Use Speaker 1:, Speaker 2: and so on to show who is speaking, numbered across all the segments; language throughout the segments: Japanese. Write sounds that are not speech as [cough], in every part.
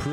Speaker 1: ク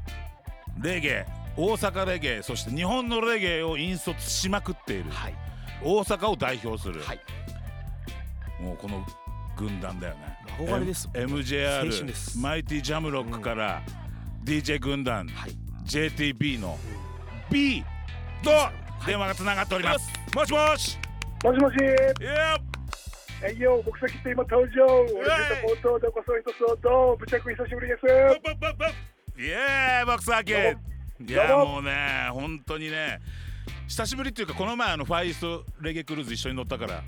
Speaker 2: レゲエ大阪レゲエそして日本のレゲエを引率しまくっている
Speaker 3: はい
Speaker 2: 大阪を代表する、
Speaker 3: はい
Speaker 2: もうこの軍団だよね
Speaker 3: 憧れです、
Speaker 2: M-
Speaker 3: 青春です
Speaker 2: MJR マイティジャムロックから DJ 軍団、
Speaker 3: はい
Speaker 2: JTB の B と電話がつながっております、もしもし
Speaker 4: もしもし、
Speaker 2: いや
Speaker 4: 営業、僕先って今登場。
Speaker 2: い
Speaker 4: 俺の冒頭でこそ一つをどうぶちゃく久しぶりです。
Speaker 2: パッパッパッイエーイボクサー系いや
Speaker 4: どうも
Speaker 2: もうね本当にね久しぶりっていうかこの前あのファイストレゲクルーズ一緒に乗ったから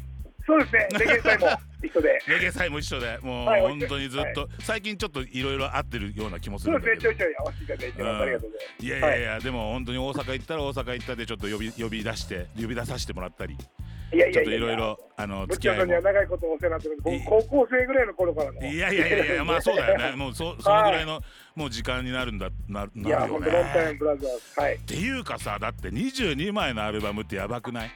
Speaker 4: そうです
Speaker 2: [laughs]。
Speaker 4: ね、レゲエ祭も一緒で
Speaker 2: レゲエ祭も一緒でもう
Speaker 4: はい
Speaker 2: 本当にずっと、最近ちょっといろいろ合ってるような気もす
Speaker 4: そ
Speaker 2: る
Speaker 4: うん
Speaker 2: だ
Speaker 4: ですね、ち
Speaker 2: け
Speaker 4: ょいちょい合わせていただいてます。ありがとうございま
Speaker 2: どいやいやいや、でも本当に大阪行ったら大阪行ったでちょっと呼び呼び出して呼び出させてもらったり
Speaker 4: す。いやい
Speaker 2: ちょっ
Speaker 4: やい
Speaker 2: と
Speaker 4: や
Speaker 2: いろいろあの
Speaker 4: ぶっ
Speaker 2: 付き
Speaker 4: ちゃ
Speaker 2: 合
Speaker 4: さ
Speaker 2: い
Speaker 4: ん
Speaker 2: も
Speaker 4: には長いことお世話になってるん
Speaker 2: いい、
Speaker 4: で僕高校生ぐらいの頃からの。
Speaker 2: いやいやいや
Speaker 4: [laughs]
Speaker 2: いやまあそうだよねもうそそのぐらいのもう時間になるんだなないる
Speaker 4: や、
Speaker 2: よ
Speaker 4: 本当ロンタイ
Speaker 2: ね
Speaker 4: ムブラザーズ。はい
Speaker 2: っ。ていうかさだって22枚のアルバムってやばくない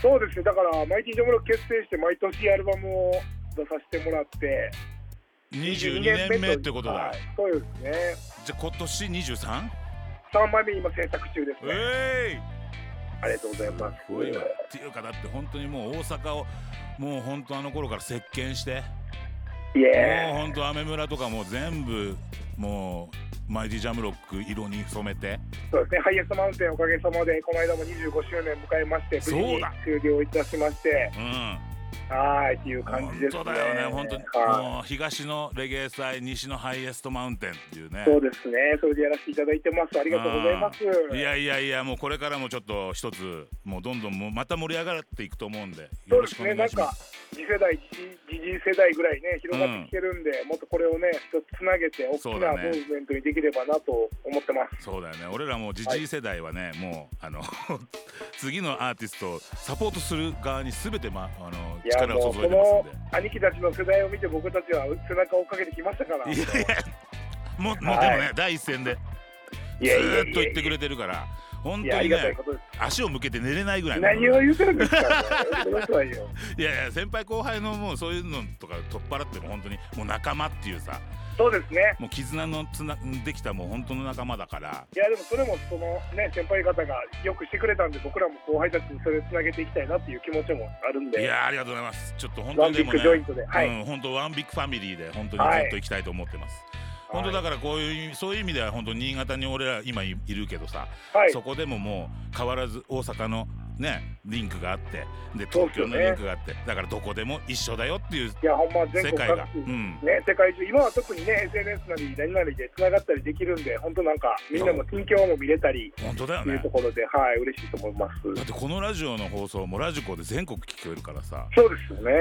Speaker 4: そうですね、だから、マイティジョブロック結成して、毎年アルバムを出させてもらって。
Speaker 2: 22年目ってことだ、
Speaker 4: はいそうですね。
Speaker 2: じゃあ今年 23?
Speaker 4: 三枚目今制作中ですね。
Speaker 2: えい
Speaker 4: ありがとうございます。
Speaker 2: すごいわっていうかだって本当にもう大阪をもう本当あの頃から席巻して
Speaker 4: い
Speaker 2: もう
Speaker 4: え。
Speaker 2: 本当アメ村とかもう全部もうマイティジャムロック色に染めて
Speaker 4: そうですね、ハイエストマウンテンおかげさまで、この間も25周年迎えまして、無事
Speaker 2: そう
Speaker 4: に
Speaker 2: だ
Speaker 4: 終了いたしまして、
Speaker 2: うん
Speaker 4: はーいっていう感じ
Speaker 2: 本
Speaker 4: ですね。
Speaker 2: 当だよね本当に
Speaker 4: はい
Speaker 2: もう東のレゲエ祭西のハイエストマウンテンっていうね
Speaker 4: そうですね、それでやらせていただいてます。ありがとうございます。
Speaker 2: うんいやいやいやもうこれからもちょっと一つもうどんどんもうまた盛り上がっていくと思うんで
Speaker 4: そ
Speaker 2: よ
Speaker 4: う
Speaker 2: ろ
Speaker 4: で
Speaker 2: し
Speaker 4: す
Speaker 2: くお願
Speaker 4: ね、ないん
Speaker 2: しま
Speaker 4: か
Speaker 2: す、
Speaker 4: 次世代、じじじ世代ぐらいね、広がってきてるんで、もっとこれをね、一つつなげて、大
Speaker 2: そう
Speaker 4: き
Speaker 2: だ
Speaker 4: な
Speaker 2: ね
Speaker 4: ムーブメントにできればなと思ってます。
Speaker 2: そうだよね俺らもうジジイ世代はね、もうあの [laughs] 次のアーティストをサポートする側に全て、ま、あの
Speaker 4: いや、
Speaker 2: 力
Speaker 4: も
Speaker 2: を
Speaker 4: う、
Speaker 2: 注い
Speaker 4: こ
Speaker 2: で
Speaker 4: の
Speaker 2: ま
Speaker 4: 兄貴たちの世代を見て、僕たちは背中を追っかけてきましたから。
Speaker 2: すんでいやいやもうもうでもね、
Speaker 4: は
Speaker 2: 第一線でず
Speaker 4: いやいやいや
Speaker 2: ーっと言ってくれてるから本
Speaker 4: いや、
Speaker 2: 当
Speaker 4: あ
Speaker 2: に
Speaker 4: りがた
Speaker 2: ね
Speaker 4: いことです。
Speaker 2: 足を向けて寝れないぐらいの
Speaker 4: 何を言うてるんですか、ね、ごめんなさいよ。
Speaker 2: いやいや先輩後輩のもうそういうのとか取っ払っても本当にもう仲間っていうさ
Speaker 4: そうですね。
Speaker 2: もう絆のつなできたもう本当の仲間だから
Speaker 4: いやでもそれもそのね先輩方がよくしてくれたんで僕らも後輩たちにそれつなげていきたいなっていう気持ちもあるん
Speaker 2: い
Speaker 4: で
Speaker 2: やーありがとうございますちょっと本当
Speaker 4: ワ
Speaker 2: に
Speaker 4: ン
Speaker 2: で
Speaker 4: ビ
Speaker 2: も
Speaker 4: ッ
Speaker 2: ね
Speaker 4: グジョイントで、はい、
Speaker 2: うん、本当ワンビッグファミリーで本当にず
Speaker 4: はい
Speaker 2: っと行きたいと思ってます、本当だからこういうそういう意味では本当新潟に俺ら今いいるけどさ、
Speaker 4: はい
Speaker 2: そこでももう変わらず大阪のねリンクがあってで
Speaker 4: そう
Speaker 2: 東
Speaker 4: です
Speaker 2: 京
Speaker 4: よね
Speaker 2: のリンクがあって、だからどこでも一緒だよっていう
Speaker 4: いやほんま
Speaker 2: 世
Speaker 4: 全国
Speaker 2: 界
Speaker 4: 各
Speaker 2: が、
Speaker 4: 地、
Speaker 2: うん、
Speaker 4: ね世界中今は特にね SNS なり何なりでつながったりできるんで本当なんかみんなの近況も見れたり
Speaker 2: 本当だよ
Speaker 4: という
Speaker 2: ね
Speaker 4: ところで、はい嬉しいと思います
Speaker 2: だってこのラジオの放送もラジコで全国聞こえるからさ
Speaker 4: そうで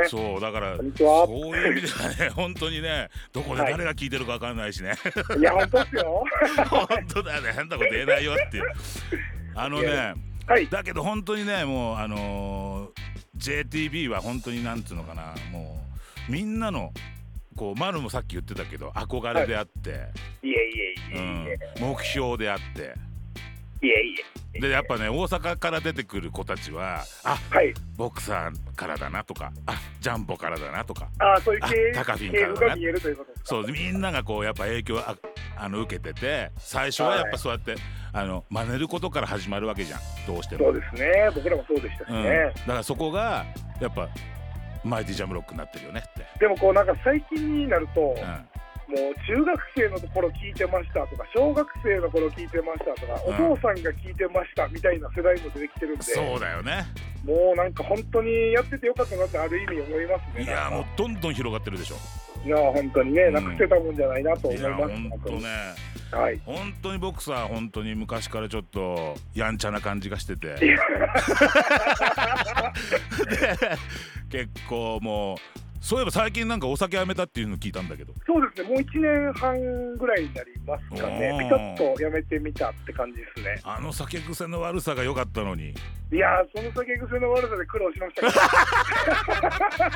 Speaker 4: すよね
Speaker 2: そうだから
Speaker 4: こんにちは
Speaker 2: そういう意味ではね [laughs] 本当にねどこで誰が聞いてるかわかんないし
Speaker 4: [laughs]
Speaker 2: ね、
Speaker 4: いや本当ですよ
Speaker 2: 本当だよね変なこと言えないよっていうあの
Speaker 4: い
Speaker 2: ね
Speaker 4: やはい
Speaker 2: だけど本当にねもうあのー JTB は本当になんつうのかなもうみんなのこう丸もさっき言ってたけど憧れであって、
Speaker 4: いえいえいえいえ
Speaker 2: うん、目標であって
Speaker 4: いえいえ
Speaker 2: でやっぱね大阪から出てくる子たちはあ
Speaker 4: はい
Speaker 2: ボクサーからだなとかあジャンボからだなとか
Speaker 4: ああそういう
Speaker 2: あ
Speaker 4: 系
Speaker 2: 高フィン
Speaker 4: 系
Speaker 2: からだ
Speaker 4: 譜
Speaker 2: な
Speaker 4: が見えるということですか
Speaker 2: そうみんながこうやっぱ影響をああの受けてて最初はやっぱそうやって、あの真似ることから始まるわけじゃんどうしても
Speaker 4: そうですね僕らもそうでしたし
Speaker 2: うん、
Speaker 4: ね
Speaker 2: だ、からそこがやっぱマイティジャムロックになってるよねって、
Speaker 4: でもこうなんか最近になると、
Speaker 2: うん
Speaker 4: もう中学生の頃聞いてましたとか小学生の頃聞いてましたとか、
Speaker 2: うん
Speaker 4: お父さんが聞いてましたみたいな世代も出てきてるんで
Speaker 2: そうだよね
Speaker 4: もうなんか本当にやっててよかったなってある意味思いますね
Speaker 2: いやー
Speaker 4: な
Speaker 2: もうん
Speaker 4: か
Speaker 2: どんどん広がってるでしょ
Speaker 4: いやー本当にね
Speaker 2: ん
Speaker 4: なくせたもんじゃないなと
Speaker 2: い
Speaker 4: 思い
Speaker 2: や
Speaker 4: ます、
Speaker 2: 本当ね
Speaker 4: はい
Speaker 2: 本当に僕さ本当に昔からちょっとやんちゃな感じがしててで結構もうそういえば最近なんかお酒やめたっていうの聞いたんだけど
Speaker 4: そうですねもう1年半ぐらいになりますかね
Speaker 2: おー
Speaker 4: ピタッとやめてみたって感じですね
Speaker 2: あの酒癖の悪さが良かったのに
Speaker 4: いやーその酒癖の悪さで苦労しましたけど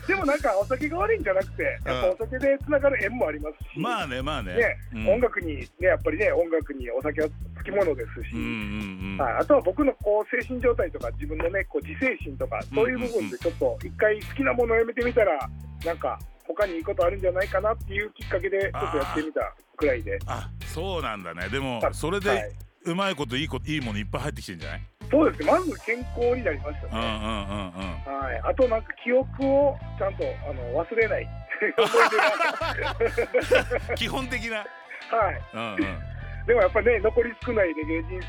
Speaker 4: [laughs] でもなんかお酒が悪いんじゃなくてやっぱお酒でつながる縁もありますし、
Speaker 2: まあねまあね
Speaker 4: ね
Speaker 2: うん
Speaker 4: 音楽にねやっぱりね音楽にお酒はつきものですし、
Speaker 2: うんうんうん
Speaker 4: はい、あとは僕のこう精神状態とか自分のねこう自制心とかそういう部分でちょっと一回好きなものをやめてみたらなんか他にいいことあるんじゃないかなっていうきっかけでちょっとやってみたくらいで
Speaker 2: あそうなんだねでも
Speaker 4: はい
Speaker 2: それ
Speaker 4: は
Speaker 2: で
Speaker 4: いう
Speaker 2: まいこといいこといいものいっぱい入ってきてんじゃない
Speaker 4: そうですねまず健康になりました
Speaker 2: うん
Speaker 4: ね、
Speaker 2: うんうんうん
Speaker 4: はい、あとなんか記憶をちゃんとあの忘
Speaker 2: [laughs]
Speaker 4: れない思い出が
Speaker 2: 基本的な
Speaker 4: はい
Speaker 2: うんうん
Speaker 4: でもやっぱね残り少ないレゲエ人生っ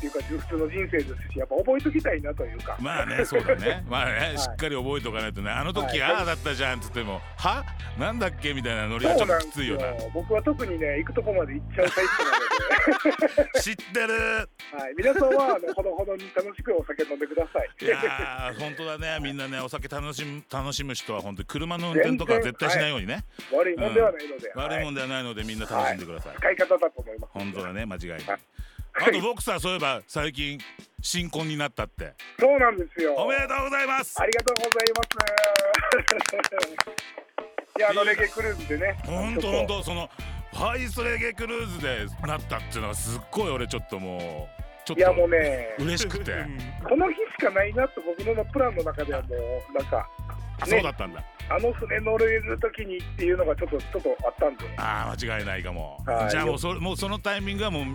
Speaker 4: ていうか普通の人生ですしやっぱ覚えときたいなというか
Speaker 2: まあねそうだねまあね、
Speaker 4: い
Speaker 2: しっかり覚えておかないとねあの時、
Speaker 4: はい
Speaker 2: ああだったじゃんっつってもはなんだっけみたいなノリがちょっ
Speaker 4: そう
Speaker 2: と
Speaker 4: なん
Speaker 2: き
Speaker 4: です
Speaker 2: ついよ
Speaker 4: よ
Speaker 2: な
Speaker 4: 僕は特にね行くとこまで行っちゃうタイプなので
Speaker 2: 知ってる [laughs]
Speaker 4: はい、皆さんはあのほどほどに楽しくお酒飲んでください。
Speaker 2: いやー本当だねみんなねお酒楽しむ楽しむ人は本当に車の運転とかは絶対しないようにね、
Speaker 4: 悪いもんではないので、
Speaker 2: 悪い
Speaker 4: は
Speaker 2: もんではないのでみんな楽しんでください、
Speaker 4: 使い方だと思います。
Speaker 2: 本当だね間違いない、
Speaker 4: はい
Speaker 2: あと僕さそういえば最近新婚になったって
Speaker 4: [laughs] そうなんですよ。
Speaker 2: おめでとうございます
Speaker 4: ありがとうござい
Speaker 2: [laughs]
Speaker 4: ます。[laughs] いや、あのレゲエクルーズでね。
Speaker 2: 本当
Speaker 4: ちょ
Speaker 2: 本
Speaker 4: っと
Speaker 2: 当そのファイスレゲクルーズでなったっていうのはすっごい俺ちょっともうちょっ
Speaker 4: いや、も
Speaker 2: と
Speaker 4: うね、
Speaker 2: 嬉し
Speaker 4: [laughs]
Speaker 2: くて、
Speaker 4: この日しかないなと僕のプランの中ではもう、なんか。
Speaker 2: あそう
Speaker 4: ね
Speaker 2: だ、ったんだ
Speaker 4: あの船乗れる時にっていうのがちょっと、ちょっとあったんで。
Speaker 2: ああ間違いないかも、
Speaker 4: はい
Speaker 2: じゃあもうそれもうそのタイミングはもう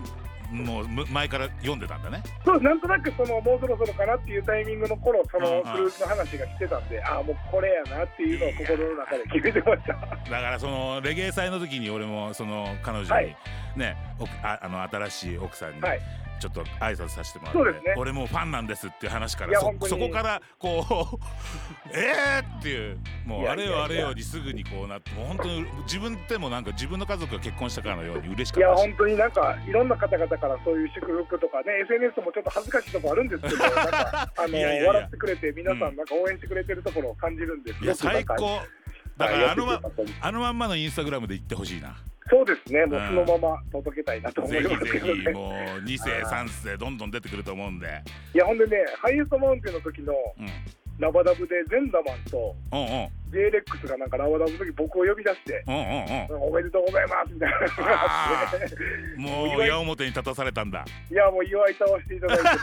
Speaker 2: もうむ前から読んでたんだね
Speaker 4: そう、なんとなく、その、もうそろそろかなっていうタイミングの頃、そ
Speaker 2: うんう
Speaker 4: の
Speaker 2: ん
Speaker 4: クルーズの話がしてたんで。ああ、もうこれやなっていうのを心の中で決めてました。
Speaker 2: だからそのレゲエ祭の時に俺もその彼女に、
Speaker 4: はい
Speaker 2: ねおああの新しい奥さんに
Speaker 4: はい
Speaker 2: ちょっと挨拶させてもらって、
Speaker 4: そうですね
Speaker 2: 俺もうファンなんですっていう話か
Speaker 4: い
Speaker 2: ら
Speaker 4: や
Speaker 2: そ
Speaker 4: 本当に
Speaker 2: そこからこう [laughs] えーっていうも
Speaker 4: いうや
Speaker 2: あれよあれ
Speaker 4: いやい
Speaker 2: よにすぐにこうなってもう本当に自分でもなんか自分の家族が結婚したかのように嬉し
Speaker 4: い
Speaker 2: か
Speaker 4: や
Speaker 2: ったし
Speaker 4: 本当になんかいろんな方々からそういう祝福とかね SNS もちょっと恥ずかしいところあるんですけどなんかあ
Speaker 2: [laughs]
Speaker 4: の
Speaker 2: いやいやいや
Speaker 4: 笑ってくれて皆さ
Speaker 2: うん
Speaker 4: んなんか応援してくれてるところを感じるんです
Speaker 2: いや
Speaker 4: すごくな
Speaker 2: 最
Speaker 4: んか
Speaker 2: 高だからあの
Speaker 4: はい
Speaker 2: まあのまんまのインスタグラムで行ってほしいな。
Speaker 4: そうですねも
Speaker 2: うん
Speaker 4: うそのまま届けたいなと思い
Speaker 2: ぜ
Speaker 4: ます
Speaker 2: ひ
Speaker 4: けど
Speaker 2: ぜひ
Speaker 4: ね
Speaker 2: もう2世3世どんどん出てくると思うんで、
Speaker 4: いやほんでねハイエストマウンテンの時の
Speaker 2: うん、
Speaker 4: ラバダブでゼンダマンと
Speaker 2: うんうん
Speaker 4: j レックスがなんかラバダブの時僕を呼び出して
Speaker 2: うんうん
Speaker 4: 「おめでとうございます」みたいなのがあって
Speaker 2: うんもう矢面に立たされたんだ
Speaker 4: いやもう祝い倒していただいてなん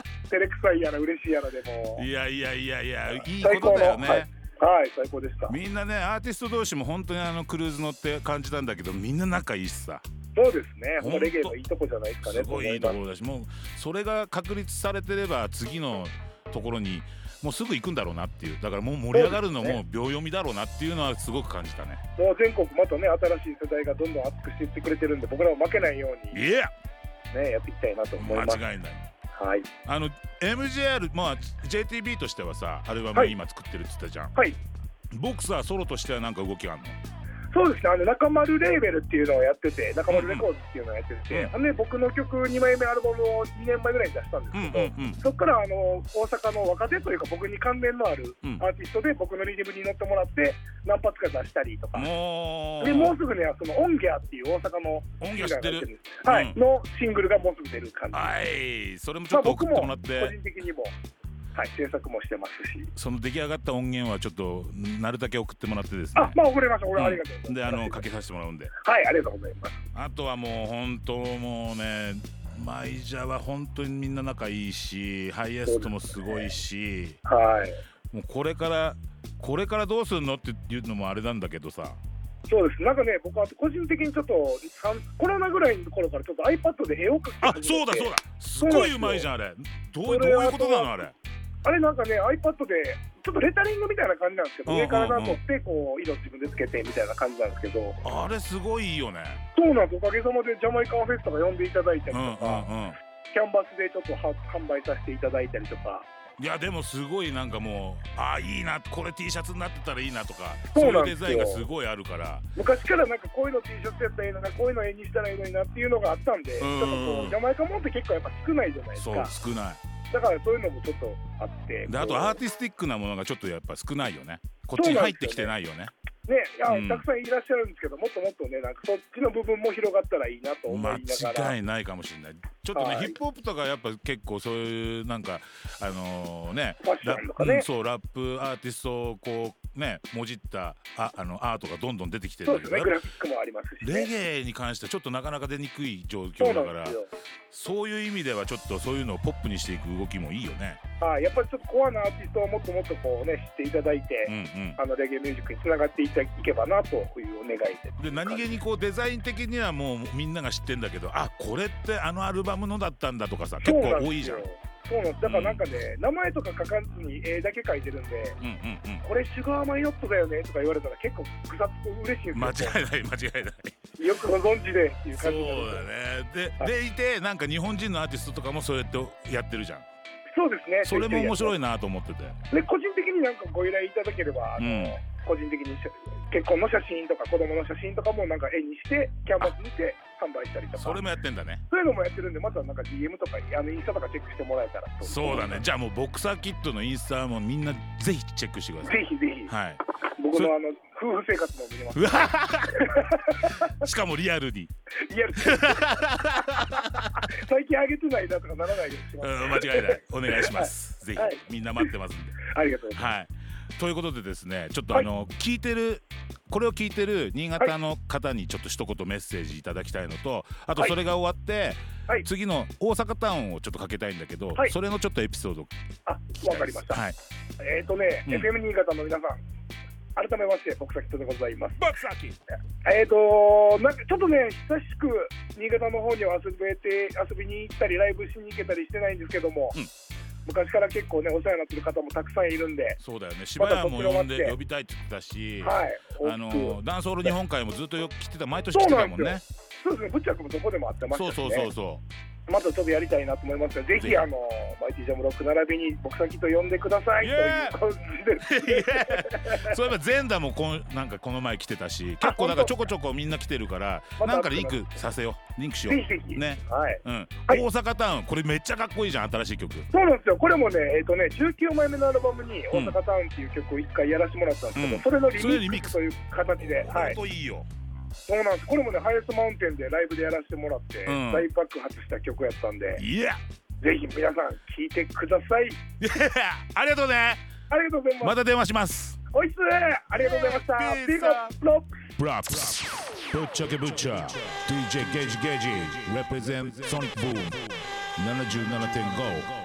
Speaker 2: [laughs]
Speaker 4: か照れくさいやら嬉しいやらでも
Speaker 2: いやいやいやいやいい
Speaker 4: 最
Speaker 2: こと
Speaker 4: 高
Speaker 2: だ
Speaker 4: の
Speaker 2: よ
Speaker 4: はい
Speaker 2: ね、
Speaker 4: はい最高でした
Speaker 2: みんなねアーティスト同士も本当にあのクルーズ乗って感じたんだけどみんな仲いいしさ
Speaker 4: そうですね、
Speaker 2: ほんと
Speaker 4: このレゲエのいいとこじゃないですかね。
Speaker 2: すごいいいとこ
Speaker 4: 思
Speaker 2: ろだしもうそれが確立されてれば次のところにもうすぐ行くんだろうなっていうだからもう盛り上がるのも秒読みだろうなっていうのはすごく感じたね
Speaker 4: ますもう全国またね、新しい世代がどんどん熱くしていってくれてるんで、僕らも負けないように、
Speaker 2: いや
Speaker 4: ね、やっていきたいなと思います。
Speaker 2: 間違いない
Speaker 4: はい、
Speaker 2: あの MJR まあ JTB としてはさアルバム
Speaker 4: はい
Speaker 2: 今作ってるって言ったじゃん、
Speaker 4: はい、
Speaker 2: 僕さソロとしてはなんか動きあんの
Speaker 4: そうですね、あの中丸レーベルっていうのをやってて、中丸レコーズっていうのをやってて、
Speaker 2: うん
Speaker 4: あのね、僕の曲2枚目アルバムを2年前ぐらいに出したんです
Speaker 2: うん
Speaker 4: け
Speaker 2: うん
Speaker 4: ど、
Speaker 2: うん
Speaker 4: そこからあの大阪の若手というか、僕に関連のある
Speaker 2: うん
Speaker 4: アーティストで、僕のリリーブに乗ってもらって、何発か出したりとか。
Speaker 2: もう
Speaker 4: でもうすぐね、そのオンギャーっていう大阪の
Speaker 2: 音楽知って
Speaker 4: や
Speaker 2: る
Speaker 4: るはい、
Speaker 2: うん
Speaker 4: のシングルがもうすぐ出る感じ。
Speaker 2: はいそれもち
Speaker 4: ま
Speaker 2: ょ
Speaker 4: あ、
Speaker 2: っと送
Speaker 4: 僕
Speaker 2: って
Speaker 4: も
Speaker 2: もらっ
Speaker 4: 個
Speaker 2: て、
Speaker 4: 人的にも、はい、制作もしてますし、
Speaker 2: その出来上がった音源はちょっとなるだけ送ってもらってですね
Speaker 4: あまあ、送れました、これ
Speaker 2: うん
Speaker 4: ありがとうございます。
Speaker 2: であのかけさせてもらうんで
Speaker 4: はい、ありがとうございます。
Speaker 2: あとはもう本当もうねマイジャは本当にみんな仲いいしハイエストもすごいし
Speaker 4: はい、
Speaker 2: もうこれからこれからどうするのっていうのもあれなんだけどさ
Speaker 4: そうです、なんかね、僕は個人的にちょっと、さんコロナぐらいの頃から、ちょっと iPad で絵を描き
Speaker 2: あ
Speaker 4: 始めて
Speaker 2: そうだそうだすごいうまいじゃんあれどう
Speaker 4: そ
Speaker 2: どう
Speaker 4: れ
Speaker 2: いうことなのあれ
Speaker 4: あれ、なんかね、iPad でちょっとレタリングみたいな感じなんですけど、
Speaker 2: うんうんうん
Speaker 4: 上からな取って、こう、色自分でつけてみたいな感じなんですけど、
Speaker 2: あれすごいよね
Speaker 4: そうなんです、おかげさまでジャマイカンフェスとか呼んでいただいたり
Speaker 2: うんうんう
Speaker 4: とか、
Speaker 2: ん
Speaker 4: キャンバスでちょっとは販売させていただいたりとか、
Speaker 2: いやでもすごいなんかもうああいいなこれ T シャツになってたらいいなとか
Speaker 4: そ
Speaker 2: そううい
Speaker 4: な
Speaker 2: うん
Speaker 4: で
Speaker 2: デ
Speaker 4: すよ
Speaker 2: ザインがすごいあるから
Speaker 4: 昔からなんかこういうの T シャツやったらいいのにな、こういうの絵にしたらいいのになっていうのがあったんで、ち
Speaker 2: う
Speaker 4: ょ
Speaker 2: ん
Speaker 4: っとこう、ジャマイカもんって結構やっぱ少ないじゃないです
Speaker 2: そう
Speaker 4: か、
Speaker 2: 少ない
Speaker 4: だからそういうのもちょっとあって、
Speaker 2: であと
Speaker 4: こう
Speaker 2: アーティスティックなものがちょっとやっぱ少ないよねこっちに入ってきてないよね
Speaker 4: ね、いや、
Speaker 2: うん
Speaker 4: たくさんいらっしゃるんですけど、もっともっとね、なんかそっちの部分も広がったらいいなと思いながら。
Speaker 2: 間違いないかもしれないちょっとね
Speaker 4: はい
Speaker 2: ヒップホップとかやっぱ結構そういうなんかあのね
Speaker 4: ファッシ
Speaker 2: ラ
Speaker 4: ョンとかね
Speaker 2: うんそうラップアーティストをこうねもじったああのアートがどんどん出てきてる
Speaker 4: そ
Speaker 2: んだ
Speaker 4: うで
Speaker 2: け
Speaker 4: す
Speaker 2: ど
Speaker 4: ね、
Speaker 2: やっぱ
Speaker 4: グラフィックもありますし、
Speaker 2: レ
Speaker 4: ね。
Speaker 2: ゲエに関してはちょっとなかなか出にくい状況
Speaker 4: そうな
Speaker 2: だ
Speaker 4: ん
Speaker 2: か
Speaker 4: で
Speaker 2: ら
Speaker 4: すよ。
Speaker 2: そういう意味ではちょっとそういうのをポップにしていく動きもいいよね。
Speaker 4: はい、やっぱりちょっとコアなアーティストをもっともっとこうね、知っていただいて、
Speaker 2: うんうん
Speaker 4: あのレゲエミュージックにつながっていたいけばなというお願い
Speaker 2: で
Speaker 4: で。
Speaker 2: 何気にこうデザイン的にはもうみんなが知ってんだけどあこれってあのアルバムのだったんだとかさ結
Speaker 4: そう
Speaker 2: 構
Speaker 4: なん
Speaker 2: 多
Speaker 4: で
Speaker 2: い
Speaker 4: す
Speaker 2: じゃ
Speaker 4: よ
Speaker 2: ん。うん。
Speaker 4: そうなんです。だからなんかね、名前とか書かずに絵だけ書いてるんで、
Speaker 2: うんう
Speaker 4: これシュガーマイヨットだよねとか言われたら結構ぐさっと嬉しいん
Speaker 2: ん間
Speaker 4: で
Speaker 2: 違
Speaker 4: すよ。
Speaker 2: いない間違いない。
Speaker 4: よくご存知でっていう
Speaker 2: そう
Speaker 4: 感じなんですよ
Speaker 2: だねででいてなんか日本人のアーティストとかもそうやってやってるじゃん
Speaker 4: そうですね。
Speaker 2: それも面白
Speaker 4: い。
Speaker 2: いなと思ってて
Speaker 4: で、個人的になんかご依頼いただければ、あ
Speaker 2: う
Speaker 4: の
Speaker 2: ん
Speaker 4: 個人的にし結婚の写真とか子供の写真とかもなんか絵にしてキャンバスにして販売したりとか
Speaker 2: それもやってんだね
Speaker 4: そういうのもやってるんでまずはなんか DM とかあのインスタとかチェックしてもらえたらと
Speaker 2: そうだねじゃあもうボクサーキットのインスタもみんなぜひチェックしてください
Speaker 4: ぜひぜひ、
Speaker 2: はい
Speaker 4: 僕のあの夫婦生活も見れます
Speaker 2: [laughs] うわしかもリアルに、
Speaker 4: リアル最近上げてないなとかならないようにし
Speaker 2: う
Speaker 4: ます、
Speaker 2: ん、間違いないお願いしますぜ
Speaker 4: はい
Speaker 2: ひみんな待ってますんで
Speaker 4: [laughs] ありがとうございま
Speaker 2: はいということでですねちょっと
Speaker 4: は
Speaker 2: あ
Speaker 4: い
Speaker 2: の、聞いてるこれを聞いてる新潟の方にちょっと一言メッセージいただきたいのとあと
Speaker 4: はい
Speaker 2: それが終わって、
Speaker 4: はい
Speaker 2: 次の大阪タウンをちょっとかけたいんだけど、
Speaker 4: はい
Speaker 2: それのちょっとエピソード聞き
Speaker 4: すあ
Speaker 2: たい
Speaker 4: わかりました、
Speaker 2: はい
Speaker 4: えっ、とね、
Speaker 2: うん
Speaker 4: FM 新潟の皆さん改めまして僕崎とでございます
Speaker 2: バッサーキ
Speaker 4: えー、となんかちょっとね、久しく新潟の方には遊べて遊びに行ったり、ライブしに行けたりしてないんですけども、
Speaker 2: うん
Speaker 4: 昔から結構ね、お世話になってる方もたくさんいるんで、
Speaker 2: そうだよね柴山も
Speaker 4: また
Speaker 2: 呼ん
Speaker 4: そち
Speaker 2: で
Speaker 4: らも
Speaker 2: 呼びたいって言ってたし、
Speaker 4: はい、
Speaker 2: あ
Speaker 4: 大きく
Speaker 2: のダンスホール日本海もずっとよく来てた毎年来てたもんね
Speaker 4: そうですね、ぶっちゃくもどこでも会ってました
Speaker 2: そう
Speaker 4: し、ね、
Speaker 2: そうそうそ
Speaker 4: またちょっとやりたいなと思いますので、
Speaker 2: ぜ
Speaker 4: ぜ
Speaker 2: ひ
Speaker 4: ひ、あのマイティジャムロック並びに、僕先と呼んでください
Speaker 2: イ
Speaker 4: と
Speaker 2: エ
Speaker 4: いう
Speaker 2: ー
Speaker 4: 感じ
Speaker 2: うい
Speaker 4: で
Speaker 2: や
Speaker 4: す。
Speaker 2: [laughs] そういえば全ダもこんなんかこの前来てたし
Speaker 4: あ
Speaker 2: 結構だから
Speaker 4: 本当
Speaker 2: ちょこちょこみんな来てるから
Speaker 4: また
Speaker 2: なんかリンクさせようリンクしよ
Speaker 4: ぜひぜひ、
Speaker 2: うね
Speaker 4: はい、
Speaker 2: うん、
Speaker 4: はい
Speaker 2: 大阪タウンこれめっちゃかっこいいじゃん新しい曲
Speaker 4: そうなんですよ、これもね、えっ、とね、19枚目のアルバムに、大阪タウンっていう曲を一回やらせてもらったんですけど、
Speaker 2: うん
Speaker 4: それの
Speaker 2: それリ
Speaker 4: リ
Speaker 2: ミッ
Speaker 4: ミ
Speaker 2: ク
Speaker 4: ック
Speaker 2: ス
Speaker 4: スという形で、はい
Speaker 2: ほん。といいよ
Speaker 4: そうなんです。これもね、ハイエストマウンテンでライブでやらせてもらって、
Speaker 2: うん
Speaker 4: 大爆発した曲やったんで、
Speaker 2: いや [laughs]
Speaker 4: ぜひ皆さん聴いてください。
Speaker 2: ありがとうね
Speaker 4: ありがとうございます。
Speaker 2: また電話します
Speaker 4: おいっすありがとうございました。
Speaker 2: ピー
Speaker 4: ビ
Speaker 2: スアップ
Speaker 4: ッグロック
Speaker 1: ブラックスぶっちゃけぶっちゃ DJ ゲージゲージ represent Sonic Boom 77.5